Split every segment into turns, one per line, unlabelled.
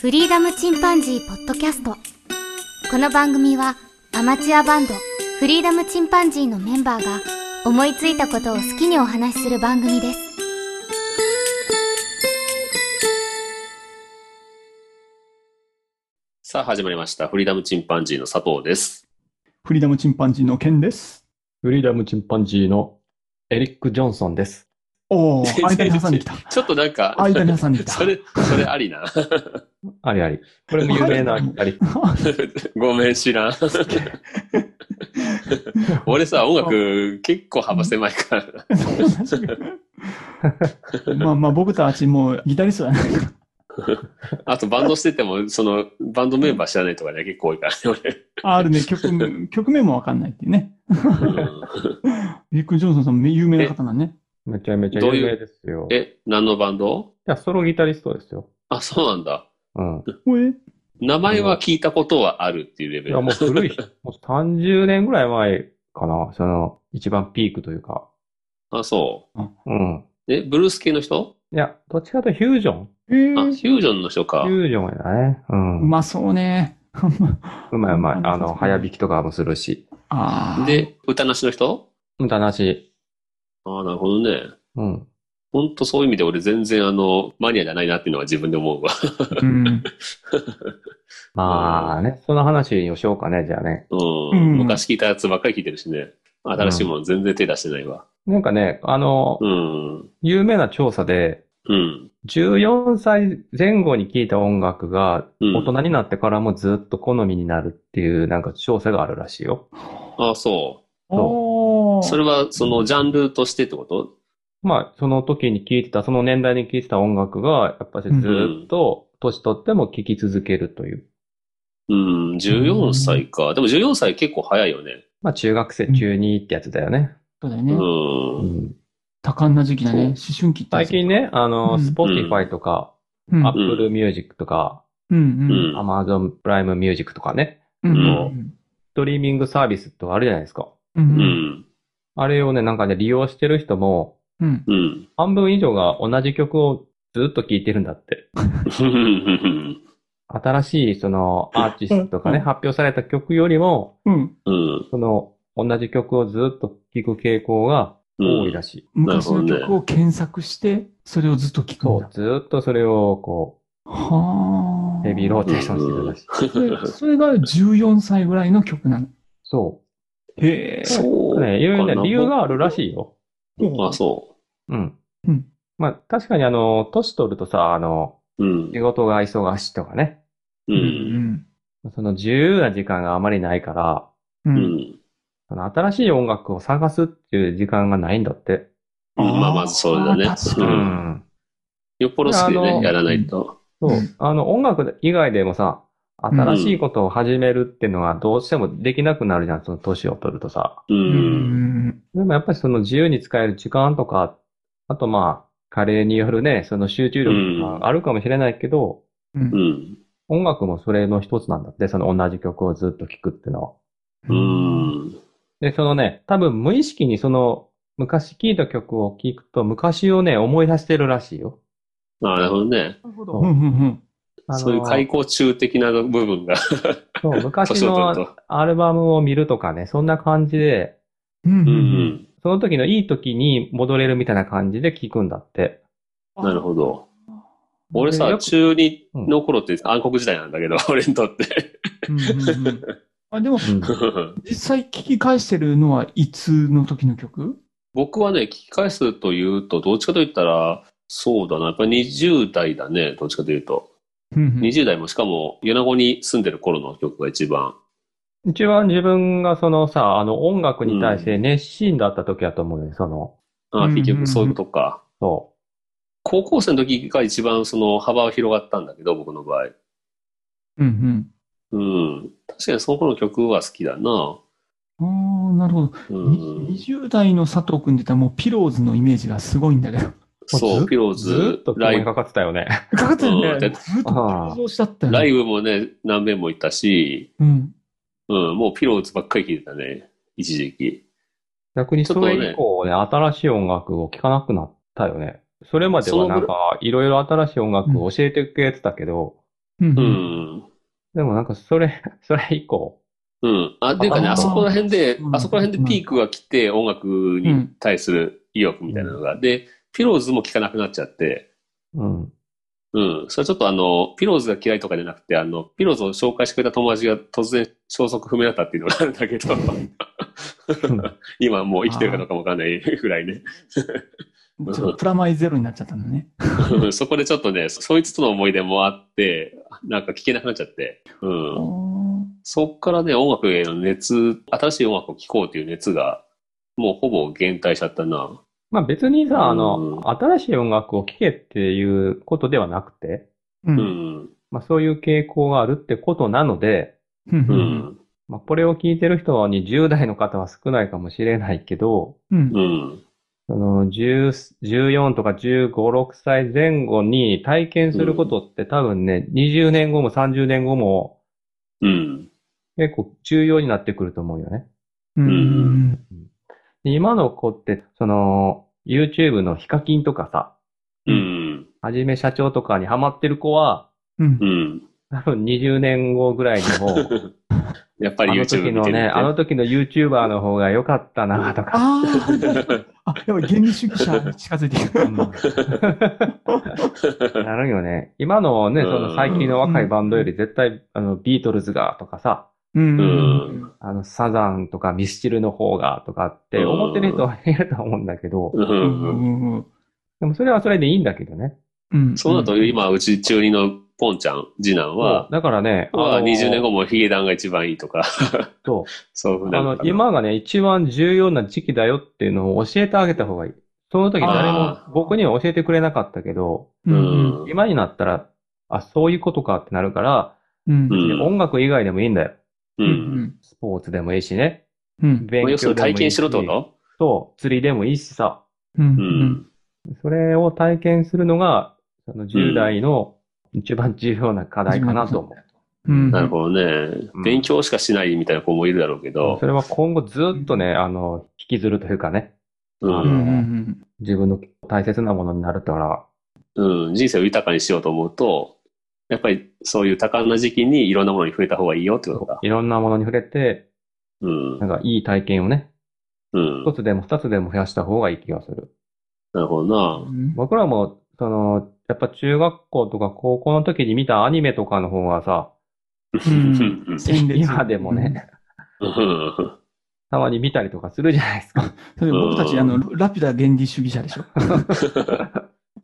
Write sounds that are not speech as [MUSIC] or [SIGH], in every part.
フリーダムチンパンジーポッドキャスト。この番組はアマチュアバンドフリーダムチンパンジーのメンバーが思いついたことを好きにお話しする番組です。
さあ始まりました。フリーダムチンパンジーの佐藤です。
フリーダムチンパンジーのケンです。
フリーダムチンパンジーのエリック・ジョンソンです。
おお、
全然
[LAUGHS] 間に挟んできた。
ちょっとなんか、
間に挟んでき
[LAUGHS]
た。
それ、それありな。 [LAUGHS]
ありあり。これも有名な [LAUGHS] あり。
ごめん、知らん。 [LAUGHS] 俺さ、音楽結構幅狭いから。
そう確かにまあまあ僕たちもうギタリストだね。
あとバンドしてても、その、バンドメンバー知らないとかね、結構多いからね、
[LAUGHS]
ああるね、曲、曲名もわかんないっていうね。
俺。
ビッグ・ジョンソンさんも有名な方だね。
めちゃめちゃ
どういう
有名ですよ。い
え、何のバンド
や、ソロギタリストですよ。
あ、そうなんだ。
うん。
おえ
名前は聞いたことはあるっていうレ
い
ベ
や、
ル。
もう古い、もう30年ぐらい前かな。その、一番ピークというか。
あ、そ
うん。
う。え、ブルース系の人
いや、どっちかというとフュージョン。
え
あ、フ
ー、
ュージョンの人か
フ。ュージョンやね。うん
う。まそうね。
うまいうまい。
あ
あの、早弾きとかもするし。
ああ。、
で、歌なしの人
無駄なし。
あなるほどね。
うん。
ほんとそういう意味で俺全然あの、マニアじゃないなっていうのは自分で思うわ。 [LAUGHS]
うん。
まあね、その話をしようかね、じゃあね。
う。
うんん
昔聞いたやつばっかり聞いてるしね。新しいもの全然手出してないわ。
なんかね、あの
う、ん。
有名な調査で、
うん。
14歳前後に聴いた音楽が、
うん
大人になってからもずっと好みになるっていう、なんか調査があるらしいよ。
あそ
おお。
う。それはそのジャンルとしてってこと
まあ、その時に聴いてた、その年代に聴いてた音楽が、やっぱりずっと、年取っても聴き続けるという。
うん。14歳か。でも14歳結構早いよね。
まあ、中学生中2ってやつだよね。
そうだよ
う
ね。
ん。
多感な時期だね。思春期ってや
最
つ。
近ね、あ
う
の、
ん
Spotify とか、
うん。うん
Apple Music とか、
うん。
うん
Amazon Prime Music とかね、
うん。
ストリーミングサービスとかあるじゃないですか。
う。
うんん。
あれをね、なんかね、利用してる人も、
うん。
うん。 [LAUGHS]
半分以上が同じ曲をずっと聴いてるんだって。新しい、その、アーティストとかね、
うん
発表された曲よりも、
うん。
うん。
その、同じ曲をずっと聴く傾向が多いらしい。
昔の曲を検索して、それをずっと聴くん
そ
だ
う、。ずっとそれを、こ
はあ。
う、ヘビーローテーションしてるらしい。
でそれが14歳ぐらいの曲なの。
そ。
へえ。
そうう。
ね、いろいろね、理由。があるらしいよ。
あ、そ
うん。
うん
まあ、確かにあの、年取るとさ、あの、
う。うん
仕。事が忙しいとかね、
う。
うんん。
その自由な時間があまりないから、
う。
うんん。
その新しい音楽を探すっていう時間がないんだって。
まあまずそうだね
あー確
う
かに
んよっぽど好きで
あ
ね、
の
やらないと。
そう
うん。
あの、音楽以外でもさ、新しいことを始めるっていうのはどうしてもできなくなるじゃん、その年を取るとさ。
う。
うんん。
でもやっぱりその自由に使える時間とか、あとまあ、加齢によるね、その集中力とかあるかもしれないけど、
うん
うん。
音楽もそれの一つなんだって、その同じ曲をずっと聴くっていうのは。
う。ん。
で、そのね、多分無意識にその昔聴いた曲を聴くと昔をね、思い出してるらしいよ。
あなるほどね。
なるほど。うんうん
あの
そういう開口中的な部分が。
そう昔
年を取る
のアルバムを見るとかね、そんな感じで、
うん。
う
うんん。
その時のいい時に戻れるみたいな感じで聞くんだって。
うん。なるほど。俺
で
さ、
よく
中二の頃って暗黒時代なんだけど、 [LAUGHS] 俺にとって。
うんうんあ、でも、
うん
実際聞き返してるのはいつの時の曲
僕はね、聞き返すというと、どっちかと言ったら、そうだな。やっぱり20代だね。どっちかというと。
うん
20代もしかも、米子に住んでる頃の曲が一番。
一番自分がそのさ、あの音楽に対して熱心だった時だと思うね、その、
ああ、
うんうんうん
結局そういうことか。
そ
高校生の時が一番その幅が広がったんだけど、僕の場合。
うん
うん。確かにその頃の曲は好きだな。
うん。ああ、なるほど。
う
に
ん。
20代の佐藤くんって言ったらもうピローズのイメージがすごいんだけど。
う。
そう、ピロー
ず
ズ
っと、
ラ
ライ
イ
ブ
ブ
かかってたよね。 [LAUGHS]
かかってる
うん
ね。ず
で
っと想像しちゃったよね。
ライブもね、何遍も行ったし、
うん。
うん、もうピローズばっかり聴いてたね、一時期。
逆に
ちょっ
そ
とね
れ以降ね、新しい音楽を聴かなくなったよね。それまではなんか、いろいろ新しい音楽を教えてくれてたけど、
うん
う
うん
ん。
でもなんかそれ、 [LAUGHS] それ以降、
うん。あ、っていうかね、
あー
あそこら辺で
う、ん
あそこら辺でピークが来て、音楽に対する意欲みたいなのが。で、ピローズも聴かなくなっちゃって、
うん。
うん。それはちょっとあの、ピローズが嫌いとかじゃなくて、あの、ピローズを紹介してくれた友達が突然消息不明だったっていうのがあるんだけど、今もう生きてるかどうかもわかんないぐらいね。
ちょっとプラマイゼロになっちゃったんだね。
うんそこでちょっとね、そいつとの思い出もあって、なんか聴けなくなっちゃって、うん。そっからね、音楽への熱、新しい音楽を聴こうという熱が、もうほぼ減退しちゃったな。
まあ別に
うん
さ、あの、新しい音楽を聴けっていうことではなくて、
う
う。
んん。
まあそういう傾向があるってことなので、
う。
うんん。
まあこれを聞いてる人に10代の方は少ないかもしれないけど、
うん
う。ん。
その10 14とか15、6歳前後に体験することって多分ね、20年後も30年後も
うん。
結構重要になってくると思うよね。
うんん。
で今の子って、その、YouTube のヒカキンとかさ、
うん。
はじめ社長とかにハマってる子は、
うん
う。ん。
多分20年後ぐらいに
[LAUGHS]
も、
やっぱ
あ
り
の
YouTube
時
見
の
てる
ね、あの時の YouTuber の方が良かったなとか。
あーあ、やっぱ原理主義者に近づいていく。
うんなるよね。今のね、その最近の若いバンドより絶対、あの、ビートルズがとかさ、
うん
うん
あの、サザンとかミスチルの方がとかって
うん
思ってる人はいると思うんだけど、
う
うん
うん
んうん
でもそれはそれでいいんだけどね。
うん
そうなると、今、うち中二のポンちゃん、次男は、
だからね、
は
の
20年後もヒゲダンが一番いいとか、
そう
そういうふうにな
あ
る
の
の、かな
今がね、一番重要な時期だよっていうのを教えてあげた方がいい。その時誰
あ
も僕には教えてくれなかったけど、
う
うん
ん。
今になったら、あ、そういうことかってなるから、
うん。
うん
音楽以外でもいいんだよ。
う。
うんん。
スポーツでもいいしね。
うん。
勉強でもいい
要
し。
するに体験しろってこと
そう、釣りでもいいしさ。
う。
うんん。
それを体験するのが、その10代の一番重要な課題かなと思う。
うん。
なるほどね
う。ん
勉強しかしないみたいな子もいるだろうけど
そ、れは今後ずっとね、あの、引きずるというかね、
う
あ
うんんうん
自分の大切なものになるから、
うん、人生を豊かにしようと思うと、やっぱりそういう多感な時期にいろんなものに触れた方がいいよってことか。
いろんなものに触れて、
うん
な。んかいい体験をね、
うん
一。つでも二つでも増やした方がいい気がする。
なるほどな。
うん。
僕らも、その、やっぱ中学校とか高校の時に見たアニメとかの方がさ、
うん
うん
鮮烈
今でもね、
うん
たまに見たりとかするじゃないで
[LAUGHS]
すか。
それ僕たち、あの、ラピュタ原理主義者でしょ。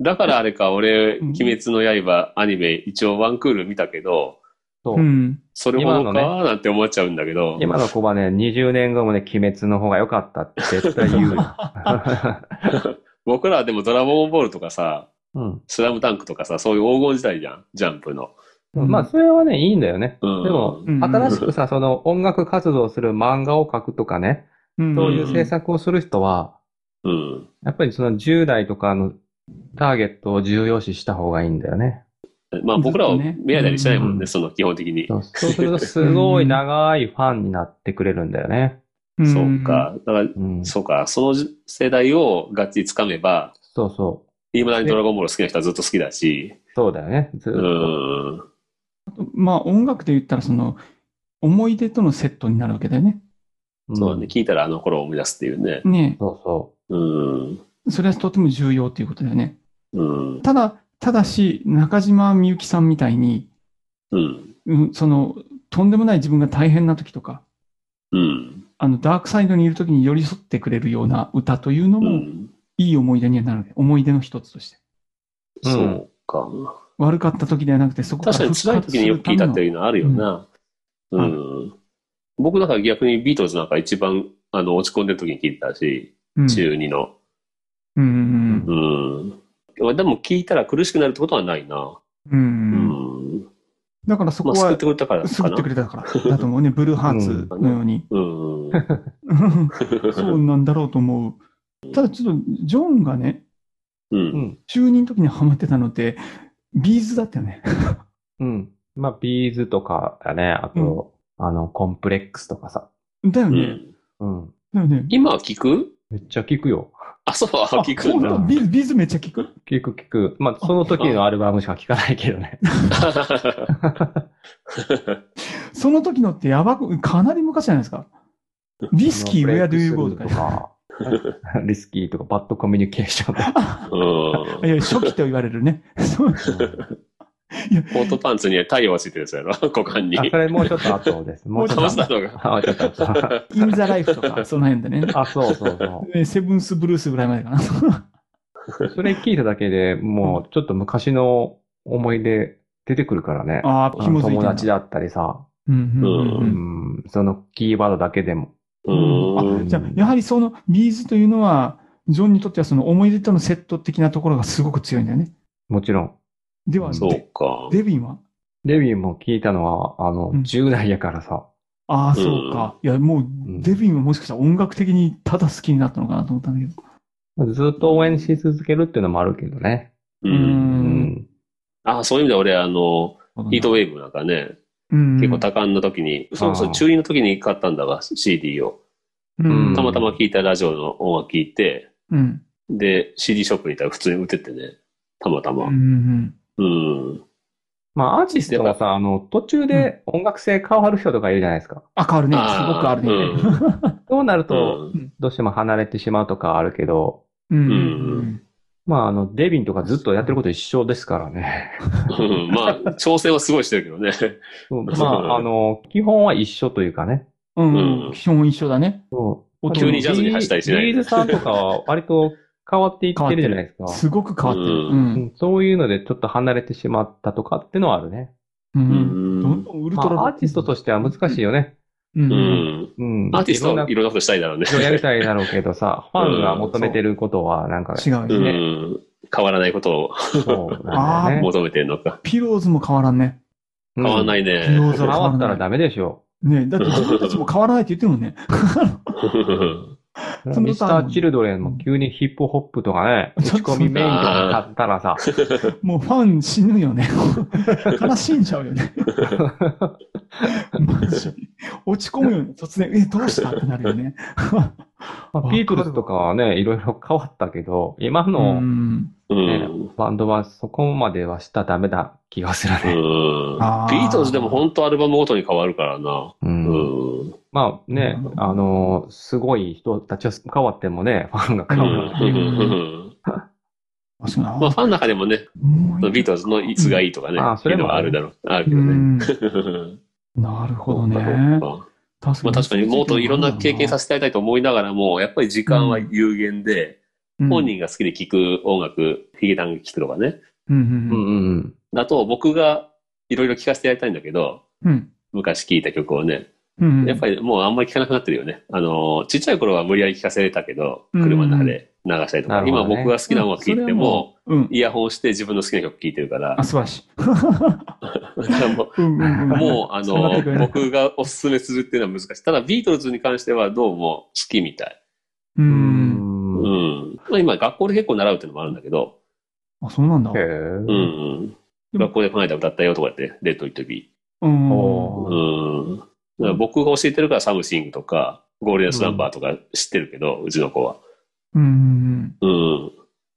だからあれか、俺、
うん
鬼滅の刃アニメ一応ワンクール見たけど、
そう
う。ん。
それほど
今の
か
ね
なんて思っちゃうんだけど。
今の子はね、20年後もね、鬼滅の方が良かったって絶対言うよ。
[LAUGHS] 僕らはでもドラゴンボールとかさ、
うん。
スラムダンクとかさ、そういう黄金時代じゃん、ジャンプの。
うん
まあ、それはね、いいんだよね。
うん
でも、
うん
新しくさ、その音楽活動する漫画を描くとかね、そういう制作をする人は、
うん。
やっぱりその10代とかのターゲットを重要視した方がいいんだよね。
まあ僕らは
ずっとね
目当たりしないもんね、
うん
その基本的に。
そうそうすると、すごい長いファンになってくれるんだよね。
ん
そう。か。だから、
うん。そ
そうか、その世代をがっちり掴めば、
うそう。
いまだにドラゴンボール好きな人はずっと好きだし、
そうだよね。ずっ
う
と。
ん。
まあ、音楽で言ったら、その、思い出とのセットになるわけだよね。
そうだね、
ん
聞いたらあの頃を思い出すっていうね。
ね
そうそ
うん。
それはとても重要ということだよね。
うん。
ただ、ただし、中島みゆきさんみたいに、
うん。
うん、その、とんでもない自分が大変な時とか、
うん。
あの、ダークサイドにいる時に寄り添ってくれるような歌というの
う
も、
ん。
いい思い出にはなるね。思い出の一つとして。
うん
そうか。
悪かった時ではなくて、そこから
確かに辛い時によく聞いたって
う。
いうのはあるよな。う
うん
ん。僕だから逆にビートルズなんか一番あの落ち込んでる時に聞いたし、
うん、
中二の。
うん、
うん。でも聞いたら苦しくなるってことはないな。
うん、う。
うんん。
だからそ
ま
こ
あ救っ
は
て、くれたから
す
か
ぐって
な
く。れたから。だと思うね。ブルーハーツのように。
うん。
[LAUGHS] そうなんだろうと思う。ただちょっと、ジョンがね、
う。
う。うんん。
中任の時にハマってたのって、ビーズだったよね。
うん。まあ、ビーズとかだね。あと、あの、コンプレックスとかさ。
だよ
う
ね。
ん。
うん。
だよね。
今聞く
めっちゃ聞くよ。
あ、そう、
あ
聞くん
本当
だ。
ビズ、ビズめっちゃ聞く
聞く聞く。まあ、その時のアルバムしか聞かないけどね。
その時のってやばく、かなり昔じゃないですか。リスキー、ウェアドゥーゴーとか
ブレイクスルーとか。 [LAUGHS] リスキーとかバッドコミュニケーションとか。
うん。
いや、初期と言われるね。そう
コートパンツに太陽がついてるやつやろ [LAUGHS] 股間に
あ、。それもうちょっと後です。もうち
倒
ょっ
し
と
た
後。
のが。
あ、ちょっと後。
[LAUGHS] インザライフとか、その辺でね。
あ、そうそうそ
えセブンスブルースぐらいまでかな。
う。それ聞いただけでもうちょっと昔の思い出出てくるからね。
ああ、紐づいてる
友達だったりさ、
うんうんう
うんん、そのキーワードだけでも。
う
うん
ん。
あじゃあ、やはりそのビーズというのは、ジョンにとってはその思い出とのセット的なところがすごく強いんだよね。
もちろん。
では、
そう
デ
か。
デビンは
デビューも聞いたのは、あの、
うん
10代やからさ。
ああ、そうか。いや、もう、
ん
デビンはもしかしたら音楽的にただ好きになったのかなと思ったんだけど。
ずっと応援し続けるっていうのもあるけどね。
う。
うん。
うんん。
あ、そういう意味では俺、あの、ヒートウ
ェイ
ェーブなんかね、
結
結構多感の時に、それこそ中2の時に買ったんだが、CD を。
うん。
たまたま聞いたラジオの音楽聞いて、
うん。
で、CD ショップにいたら普通に売っててね、たまた
うんう
ま。
ん
うん。
まあ、アーティストはさ、あの、途中で音楽性変わる人とかいるじゃないですか。
あ、変わるね。す
あー
ごくあるね。
そうなる
う
と、
[LAUGHS]
ん。
どうしても離れてしまうとかあるけど、
うん
うん
まあ、あの、デビンとかずっとやってること一緒ですからね。
うんまあ、調整はすごいしてるけどね。
そう [LAUGHS] まあ、あの、基本は一緒というかね。
うん。基本一緒だね。
そう
急に
ジャズに走ったりしない
ビーズさんとかは割と変わっていってるじゃないですか。
すごく変わってる。
う
うんん、そういうのでちょっと離れてしまったとかってのはあるね。
う。
うん
どん
ん。
どんウル
ま
トラ
あ、アーティストとしては難しいよね。
う。
うんん。
うん。
アーティスト
いろ
は
ん
いろ
な
んなことしたいだろうね。
ことやりたいだろうけどさ、ファンが求めてることはなんか、
違うよ
う
ね。
ん。変わらないことを
そうなんだよね。
求めてるのか。
ピローズも変わらんね。
変。
変わらないい
ピロ
ね。
ーズは変
変
わら
わった
な
ら
い。
ダメでしょ
ねだって自分たちも変わらないって言ってるもんね。
[LAUGHS]
う。
その
ミス
他
タ
の
ー・チルドレンも急にヒップホップとかね、打ち込みメインとか買ったらさ、
もうファン死ぬよね。 [LAUGHS] 悲しんじゃう
[LAUGHS]
よね。マジ落ち込むよね。突然、え、どうしたってなる
[LAUGHS]
よね。
まあビートルズとかはね、いろいろ変わったけど、今
う
の
ん。
うん。
バンドはそこまではしたらダメだ気がする
う
ね。
ん
あー
ビートルズでも本当アルバムごとに変わるからな。
う
うんん。
まあね、
うん
あのーすごい人たちは変わってもね、ファンが変
う
わらない。
ん
確かに
まあ、ファンの中でもね、
もう
ビートルズのいつがいいとかね、
あそ
い
れ
うの
も
は
あ
あ
る
るだろう。あるけ
う
どね。
んなるほどね。
[LAUGHS] ま
確
あ確かにもっといろんな経験させてやりたいと思いながらも、やっぱり時間は有限で、
うん
本人が好きで聴く音楽、ヒゲダンが聴くとかね。
うん
う
うんん
うん
だと僕がいろいろ聴かせてやりたいんだけど、
うん。
昔聴いた曲をね、
うんうん。
やっぱりもうあんまり聴かなくなってるよね。あの、ちっちゃい頃は無理やり聴かせれたけど、車の中で流したりとか、
なるほ
今
どね
僕が好きな音楽聴いても、
うん。
イヤホンして自分の好きな曲聴いてるから
あ、、素晴らしい。
だからもう
うんうんうん
もう、あ
[LAUGHS] そんなこと言
の、
わない
僕がおすすめするっていうのは難しい。ただ、ビートルズに関してはどうも好きみたい。
う。
うん。
うんん。まあ今、学校で結構習うっていうのもあるんだけど、
あ、そうなんだ
へ。
う
え。
ん。
でも
学校でこの間歌ったよとかって、レッド・イット・ビ
うん。
ー。
お
うん。だから僕が教えてるから、サムシングとか、ゴールデン・スランバーとか知ってるけど、うちの子は。
うんうん
うん。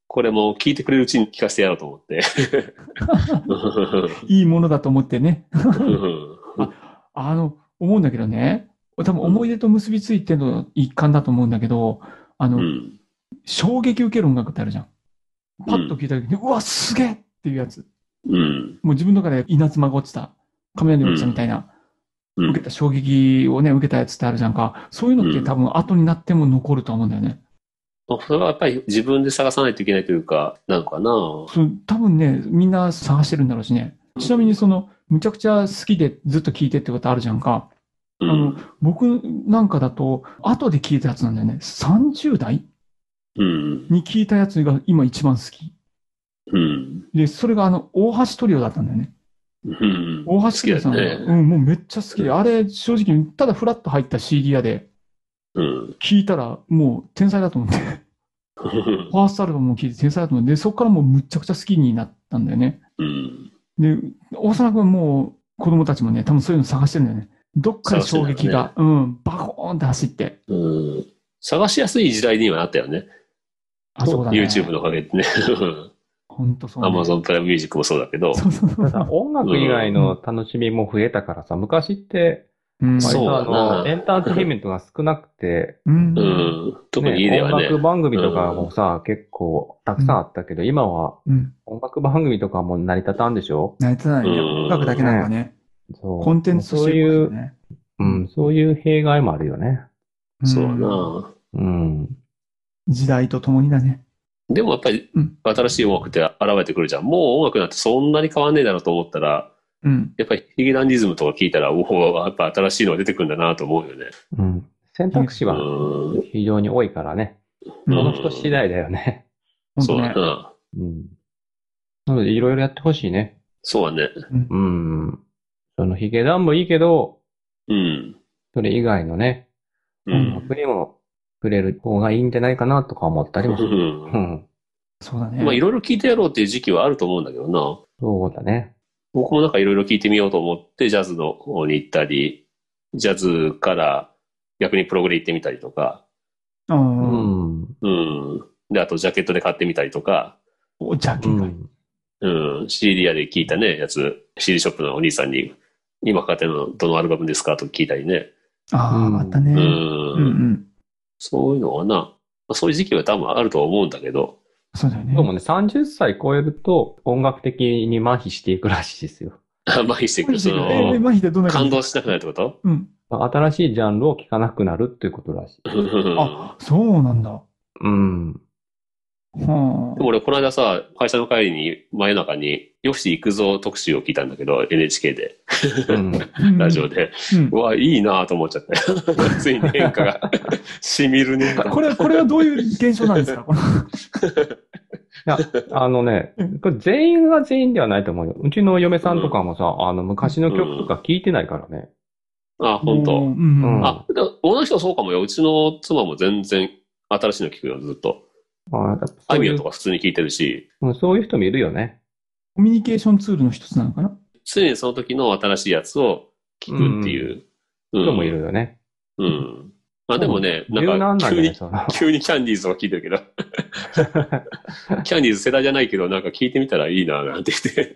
これも聞いてくれるうちに聞かせてやろうと思
[LAUGHS]
って。
うん。いいものだと思ってね。
うん
あの、思うんだけどね。多分思い出と結びついての一環だと思うんだけど、あ
う
の、
ん。
衝撃受ける音楽ってあるじゃん。パッと聞いた時に、うわ、すげえっていうやつ。
うん。
もう自分の中で稲妻が落ちた、雷が落ちたみたいな。
う
受け
ん。
た衝撃をね、受けたやつってあるじゃんか。そういうのって多分後になっても残ると思うんだよね。
それはやっぱり自分で探さないといけないというか、なのかな。
そう多分ね、みんな探してるんだろうしね。ちなみにその、むちゃくちゃ好きでずっと聞いてってことあるじゃんか。
う
あの
ん。
僕なんかだと、後で聞いたやつなんだよね。30代
うん。
に聞いたやつが今一番好き。
うん。
で、それがあの、大橋トリオだったんだよね。
うん。
大橋
好
ト
き
リオ
だ
さんが、
ね。
うん、もうめっちゃ好きで、あれ正直、ただフラッと入った CD 屋で
うん。
聞いたらもう天才だと思って。 [LAUGHS] ファーストアルバムも聴いて天才だと思うんで、そこからもうむちゃくちゃ好きになったんだよね。
うん。
で、大沢君もう子供たちもね、多分そういうの探してるんだよね。どっかで衝撃が、うん、バコーンって走って。
うん。探しやすい時代にはなったよね。
あ、そうだね。
YouTube のおかげでね。
本当そう、
[LAUGHS]
ね。
Amazon プライムミュージックもそうだけど。
そうそうそ
ただ
う。
音楽以外の楽しみも増えたからさ、昔って、
[LAUGHS] うん
割
そう
とあ
だ
の、
な
エンターテインメントが少なくて、
うん
う。ん。 [LAUGHS] 特に家ではね。
音楽番組とかもさ、結構たくさんあったけど、今は
うん。
音楽番組とかも成り立たんでしょ
成り立たないね。
うん
音楽だけなんかね、
そう
コンテンツとし
そう
て
い
る
う、
ね。
うん、そういう弊害もあるよね。
そうだ
ん
な。
うん。
時代とともにだね。
でもやっぱり
うん、
新しい音楽って現れてくるじゃん。もう音楽なんてそんなに変わんねえだろうと思ったら、
うん。
やっぱりヒゲダンディズムとか聞いたら、おお、やっぱ新しいのが出てくるんだなと思うよね。
うん。選択肢
う
は
ん。
非常に多いからね。
う
そ
ん
の人次第だよね。
本
そ
当
う
ね
だ。な。
うん。なので、いろいろやってほしいね。
そうだね。
うん。そのヒゲダンもいいけど、
うん。
それ以外のね、
う
音
ん。
楽にも触れる方がいいんじゃないかなとか思ったりもす
う
る。
ん
うん。
そうだね。
まあいろいろ聞いてやろうっていう時期はあると思うんだけどな。
そうだね。
僕もなんかいろいろ聞いてみようと思って、ジャズの方に行ったり、ジャズから逆にプログレ行ってみたりとか、
う。
うんん。
うん。で、あとジャケットで買ってみたりとか、
おジャケ
う
が。
ん。
うん、CD 屋で聞いたね、やつ、CD ショップのお兄さんに、今買ってるのどのアルバムですかと聞いたりね。
ああ、
うん
また
う
ね。
ん。
うんうん。
そういうのはな、まあそういう時期は多分あるとは思うんだけど、 [LAUGHS]
そうだよね。
でもね、30歳超えると音楽的に麻痺していくらしいですよ。
あまあ、してくる、そ
えー
の、
マヒでどんな感
感
じ
動しなくなるってこと
うん。
新しいジャンルを聴かなくなるっていうことらしい。
あ、そうなんだ。は
うん。
あ
で。も [LAUGHS] 俺、この間さ、会社の帰りに、真夜中に、よし行くぞ特集を聞いたんだけど、NHK で、
うん。
[LAUGHS]
うん
ラジオで。
うん
うわ、いいなぁと思っちゃったよ [LAUGHS] ついに変化
[LAUGHS]
が、染みるね。
これ、これはどういう現象なんですかこの
いや、あのね、これ全員が全員ではないと思うよ。うちの嫁さんとかもさ、あの、昔の曲とか聴いてないからね。
あ、本当。
うんうん。
あ、でも同じ人そうかもよ。うちの妻も全然新しいの聞くよ、ずっと。
あやっぱ
あ
そ
いうみ
い
ょん
う
とか普通に聞いてるし、
うんそういう人もいるよね。
コミュニケーションツールの一つなのかな
常にその時の新しいやつを聞くっていう。うん
人もいる。よね。
うん。まあでもね、
柔
な
軟なん
ん
だ
か
よ
急
ね、
に、
その。
急にキャンディーズを聞いてるけど。キャンディーズ世代じゃないけど、なんか聞いてみたらいいな、なんて言って。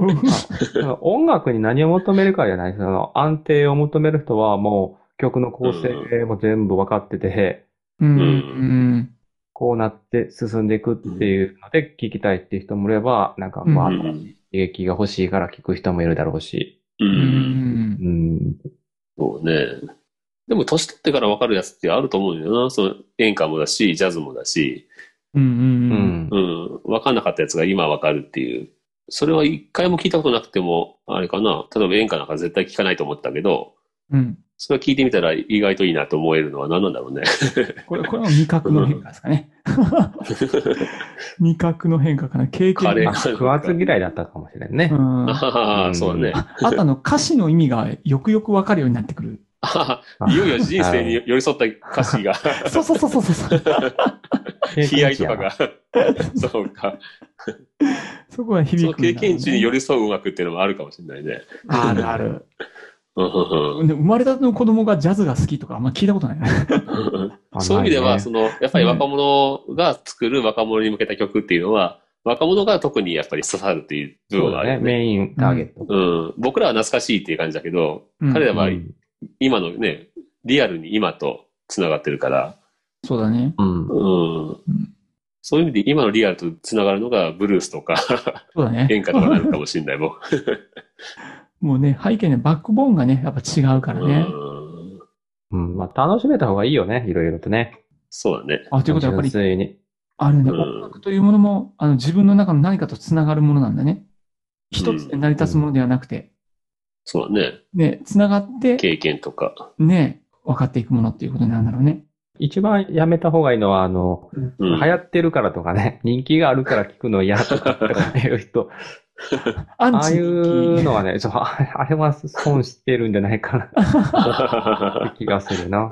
[LAUGHS]
その音楽に何を求めるかじゃない。その安定を求める人はもう曲の構成も全部分かってて、
うん。
う
うん。
こうなって進んでいくっていうので聞きたいっていう人もいれば、なんかまあ、
う
うん
ん。
刺激が欲しいから聞く人もいるだろうし。
う。
うんん。
うん。
そうね。でも年取ってから分かるやつってあると思うんだよな。その演歌もだし、ジャズもだし。
うん。う。
うんん。
うん、分かんなかったやつが今分かるっていう。それは一回も聞いたことなくても、あれかな、例えば演歌なんか絶対聞かないと思ったけど、
うん。
それは聞いてみたら意外といいなと思えるのは何なんだろうね。
これ、これは味覚の変化ですかね。 [LAUGHS] 味覚の変化かな経験
カレー
あ食わず嫌いだったかもしれんね
う。ん。あ
ああ、 [LAUGHS] そうだね。 [LAUGHS]
あとあの歌詞の意味がよくよくわかるようになってくる。
ああいよいよ人生に寄り添った歌詞が、
そうそうそうそ
[LAUGHS]
うそう。
悲哀とかが、 [LAUGHS] そうか。
そこが
そ
響
の
くんだろう
経
ね。
験値に寄り添う音楽っていうのもあるかもしれないね。
あるある。
うんうん
ね生まれたての子供がジャズが好きとかあんま聞いたことないね。
うん
あ
そういう意味で
ない
は、
ね
その、やっぱり若者が作る若者に向けた曲っていうのは、若者が特にやっぱり刺さるっていう部
そう
分は
だ
ある
ね。
よね。
メインターゲット。
うん。僕らは懐かしいっていう感じだけど、
うん
彼らは
うん
今のね、リアルに今と繋がってるから、
そうだね。
うん
うん。そういう意味で今のリアルと繋がるのがブルースとか [LAUGHS]
そうだね。
演歌とかなるかもしれないもん。
[LAUGHS] もうね、背景ね、バックボーンがね、やっぱ違うからね。
うん
うん。まあ、楽しめた方がいいよね。いろいろとね。
そうだね。
あ、ということはやっぱ
純
り、
粋に。
あるんだ、
うん
音楽というものも、あの、自分の中の何かと繋がるものなんだね。一つで成り立つものではなくて、
そうだね。
ね、繋がって、
経験とか。
ね、分かっていくものっていうことになるんだろうね。
一番やめた方がいいのは、あの、
うん。
流行ってるからとかね、 [LAUGHS] 人気があるから聞くの嫌とかっていう人、
アン
ああ
チ
いうのはね、そうああれは損してるんじゃないかなって気がするな。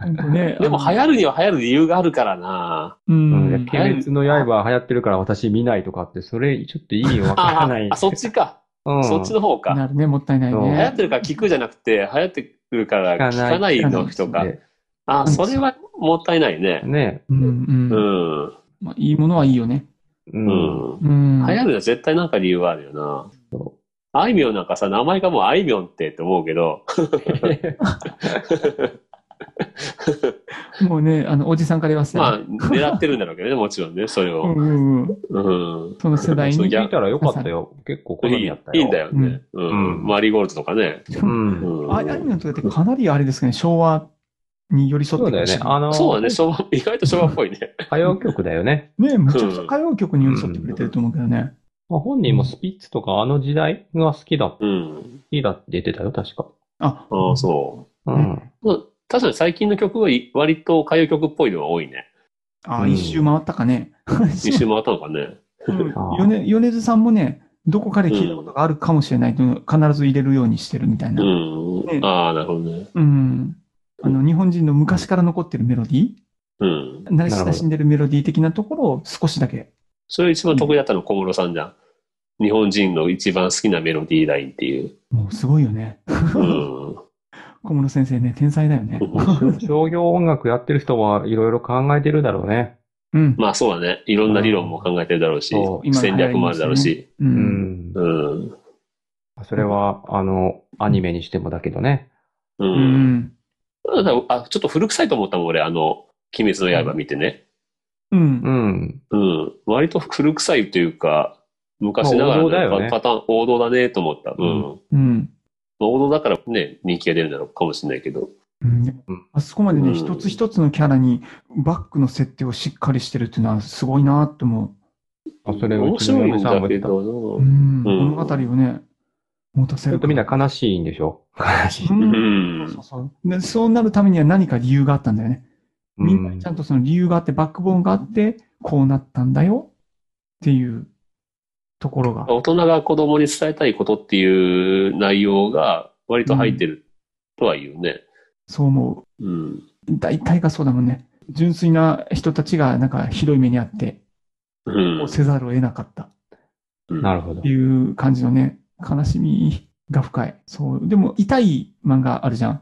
本当ね
[LAUGHS] [LAUGHS] でも流行るには流行る理由があるからな。
う。
うんん、鬼滅の刃流行ってるから私見ないとかって、それちょっと意味わから
あ
ない。
あ、そっちか。
うん、
そっちの方か。
なるね、もったいない
そう
流行
ね
っ。てるから聞くじゃなくて、流行ってくるから聞かないの人
聞か
か
な。い。
あ、それはもったいないね。
ね。
うん
う
うん。
ん。うん。
まあ、いいものはいいよね。
[LAUGHS] うん。
うん。
流行るのは絶対なんか理由はあるよな。
そ
あいみょんなんかさ、名前がもうあいみょんってって思うけど、
もうね、あの、おじさんから言わせた
ま
ら
あ、狙ってるんだろうけどね、 [LAUGHS] もちろんね、それ
うん
を。
うんうん。
うん。
その世代
そう
に
い。や
聞いたらよかったよ。結構好
いい
み
い
やったよ。
いんだよね。うん。
うん
マリーゴールドとかね。
しか
う。
も
うんん
ああいうのとかってかなりあれですかね、昭和に寄り添
そ
っ
う
て
だよね。あの、
そうだね、昭和、 [LAUGHS] 意外と昭和っぽい
[LAUGHS]
ね。
歌謡曲だよね。
ね。ね、むちゃくちゃ歌謡曲に寄り添ってくれてると思うけどね。
まあ、本人もスピッツとかあの時代が好きだ、好
うん。
きだって言ってたよ、確か。
あ、
ああ、そう
うん
ん。
う。まあ確かに最近の曲はい割と歌謡曲っぽいのが多いね。
あ
う
あ、
ん
一周回ったかね。
一周回ったのかね。 [LAUGHS]
うん
あ
[LAUGHS]
ー
米米津さんもね、どこかで聞いたことがあるかもしれないと、必ず入れるようにしてるみたいうな。
ん。
ね
ああ、なるほどね。
うん。あの、日本人の昔から残ってるメロディー
うん。
慣れ親しんでるメロディー的なところを少しだけ。
それ一番得意だったの小室さんじゃん。日本人の一番好きなメロディーラインっていう。
もうすごいよね。 [LAUGHS]
うん。
小室先生ね、天才だよね。
商業音楽やってる人はいろいろ考えてるだろうね。
うん。
まあそうだね。いろんな理論も考えてるだろうし、
そう
今
戦略もあるだろうし。
う。
うんん。
うん。
それは、あの、アニメにしてもだけどね。
う。
うんん。
ただあ、ちょっと古臭いと思ったもん、俺、あの、鬼滅の刃見てね。
う。
うんん。
うん。割と古臭いというか、昔なが
まあ王道だ
ら
よ
の
ね
パパターン、王道だねと思った。うん。
う
うん。
まあ王道だからね、人気が出るんだろうかもしれないけど。
うんでも
うん
あそこまでね、
うん
一つ一つのキャラにバックの設定をしっかりしてるっていうのはすごいなって思
あそれ
面白いんだけ
ち
ど
う。
な。
うん。
うん
物語をね、持たせ
ょ
る
っとみんな悲しいんでしょ悲しい。
う
うんん
そう。そうでそうなるためには何か理由があったんだよね。みんな
う
にちゃんとその理由があって、バックボーンがあって、こうなったんだよっていうところが。
大人が子供に伝えたいことっていう内容が割と入ってるとは言うね。
そう思う。
うん。
大体がそうだもんね。純粋な人たちがなんかひどい目にあって、
うん。
せざるを得なかったっ
なるほど
て。いう感じのね、悲しみが深い。そう。でも痛い漫画あるじゃん。
うん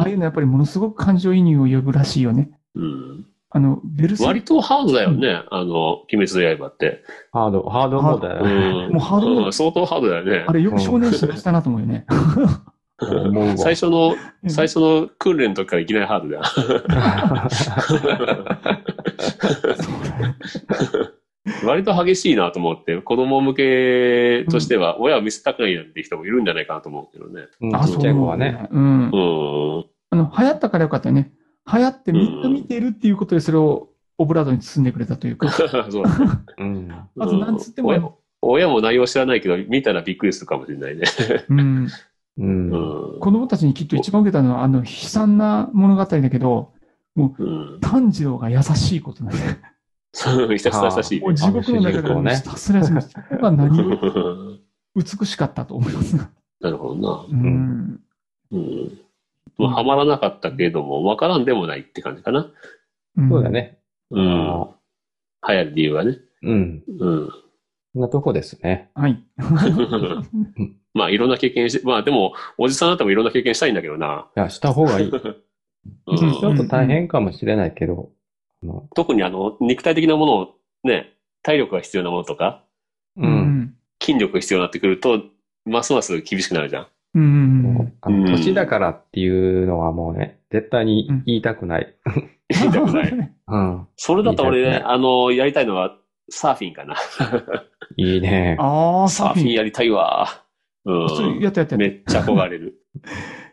ああいうのやっぱりものすごく感情移入を呼ぶらしいよね。
うん。
あの、ベルセル
[LAUGHS] 割とハードだよね。あの、鬼滅の刃って。
ハード、ハードモードだ
う
よね。
ん。
もうハード
うん相当ハードだよね
あ。れよく少年誌にしたなと思うよね。
思うわ。
最初の、
うん
最初の訓練の時からいきなりハードだよ。
そうだよ
割と激しいなと思って、子供向けとしては、親を見せたくないなんて人もいるんじゃないかなと思うけどね。
うん
あ、
ち
そ
っ
う
ちゃい子
思
は
う
ね。
ね。うん
う。ん。
あの、流行ったからよかったよね。流行ってみんな見てるっていうことでそれをオブラードに包んでくれたというか。
[LAUGHS] そうだね
うん。
あとなんつっても
うん親親も内容知らないけど、見たらびっくりするかもしれないね。
うん。
う。
うんん。
子供たちにきっと一番受けたのは、あの、悲惨な物語だけど、
うん。 [LAUGHS]
炭治郎が優しいことなんだよ。
そう、ひたすら親しい
もう
ね。
地獄の中
あの主人
で
公ね
ひたすら優しい。そこが何より美しかったと思います。
[LAUGHS] なるほど
う。
うん
な。うん。まあ、ハマらなかったけれども、わからんでもないって感じかな。
ん
そうだ。ね。
うん。
あ
流行る理由はね。
うん。
[LAUGHS] うん。
そんなとこですね。
はい。
まあ、いろんな経験して、まあ、でも、おじさんだってもいろんな経験したいんだけどな。
いや、した方がいい。ち
うん
うん
ょっと大変かもしれないけど。あの
特にあの、肉体的なものをね、体力が必要なものとか、
う。
うんん。
筋力が必要になってくると、ますます厳しくなるじゃん。
うん。
あの
うん
年だからっていうのはもうね、絶対に言いたくない。
言いたく [LAUGHS] ない。
うん。
それだと俺
言いた
ね、
く
あの、やりたいのはサーフィンかな。
いいね。
ああ、
サーフィンやりたいわ。う
それ
ん。
やったやったや
め
った。
っちゃ憧れる。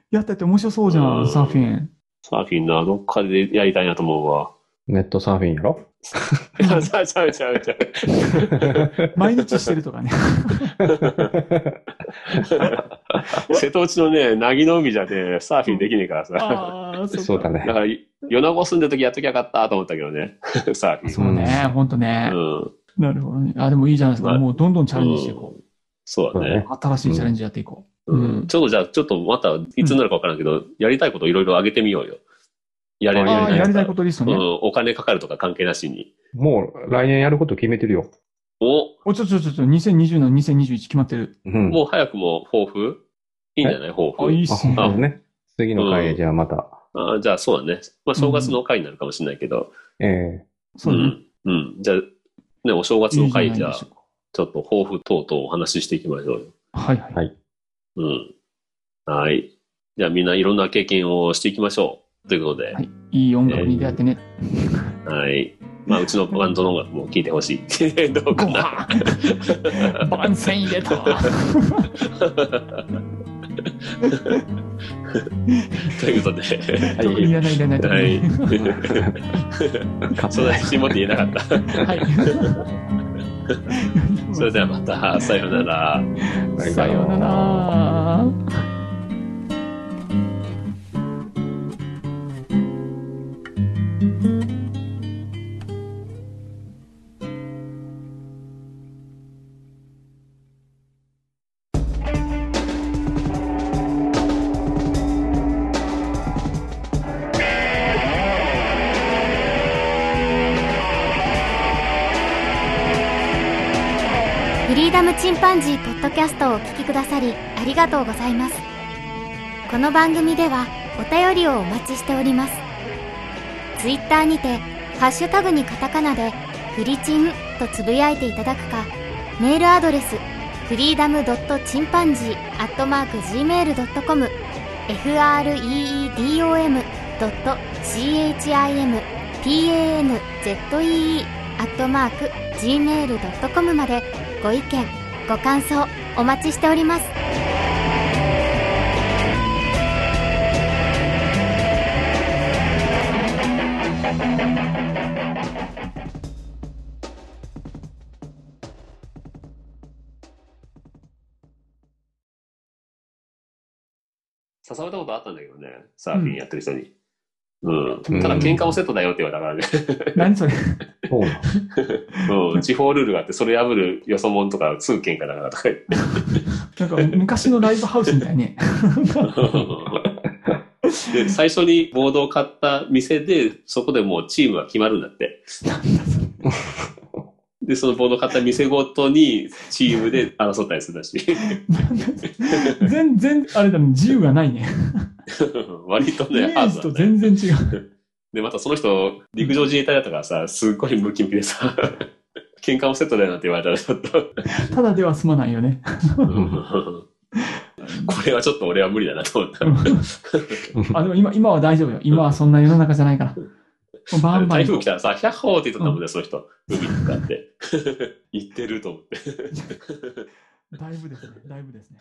やったやった。面白そうじゃ、
うんん
サーフィン。
サーフィンな、どっかでやりたいなと思う [LAUGHS] わ。
ネットサーフィン
[LAUGHS]
やろ
ちゃうちゃうちゃうちゃう。
毎日してるとかね。
[LAUGHS] 瀬戸内のね、凪の海じゃね、サーフィンできねえからさ。
ああ、
そうだ
ね。
ね
[LAUGHS] だ。から、米子住んでる時やっときゃよかったと思ったけどね、 [LAUGHS] サーフィン。
そうね。ほんとね。
うん。
なるほどね。あ、でもいいじゃないですか。もうどんどんチャレンジしていこ
うんそうだね。
う。新しいチャレンジやっていこう。
うんちょっとじゃあ、ちょっとまた、いつになるかわからんけど、やりたいこといろいろ上げてみようよ。やれる、
ああ、やりたいこととリス
う
トね。
ん。お金かかるとか関係なしに。
もう来年やること決めてるよ。
お
お、ちょちょちょちょ、2020の2021決まってる。
うん。
もう早くも抱負いいんじゃない抱
あ、い
負。
いっすね。
あ、ね。次の会でじゃあまた。
あーじゃあそうだね。まあ正月の会になるかもしれないけど。
ええ
そうね。
うん。うん。じゃあ、ね、お正月の
いい
会
じ
じ
ゃ
ゃ
ないで
あ
しょ、
ちょっと抱負等々お話ししていきましょうよ。
はいはい。
はい
うん。はい。じゃあみんないろんな経験をしていきましょう。ということで。
はい。いい音楽に出会ってね。
はい。まあうちのバンドの音楽も聴いてほ [LAUGHS] しい。どう
ご
かな。
は [LAUGHS] ん番宣入れ
[LAUGHS]
た。
ということで。
特にいらないいらないとか
は [LAUGHS]
ね。
い。そんな自信持って言えなかった。
はい。
それではまた、さようなら。
さようなら。
フリーダムチンパンジーポッドキャストをお聞きくださりありがとうございますこの番組ではお便りをお待ちしておりますツイッターにてハッシュタグにカタカナでフリチンとつぶやいていただくかメールアドレスフリーダムドットチンパンジーアットマーク Gmail.com freedom ドット chimpanzee アットマーク gmail.com までご意見ご感想お待ちしております
誘われたことあったんだけどね、サーフィンやってる人に。うん。ただ、喧嘩もセットだよって言われたからね。 [LAUGHS]
何それ。
そうなん
うん。地方ルールがあって、それ破るよそ者とか、すぐ喧嘩だからとか言って。
なんか昔のライブハウスみたいね。 [LAUGHS]
[LAUGHS] で、最初にボードを買った店で、そこでもうチームが決まるんだって。で、そのボードを買った店ごとに、チームで争ったりするらしい。 [LAUGHS]
全然、あれだね、自由がないね。
割と
イメ
ね、ハ
ー
ー
ジ
ド
と
だね。
全然違う。
で、またその人、陸上自衛隊だったからさ、すっごいムキムキでさ、 [LAUGHS] 喧嘩もセットだよなんて言われたらちょっと、
ただでは済まない
[LAUGHS]
よね。
うんこれはちょっと俺は無理だなと思った。
あ、でも今、今は大丈夫よ。今はそんな世の中じゃないから。もうバンバン
台。風来たらさ、ヒャッホーって言ってたもんね、その人。海に向かって。 [LAUGHS] 言ってると思って。 [LAUGHS]
だいぶですね。だいぶですね。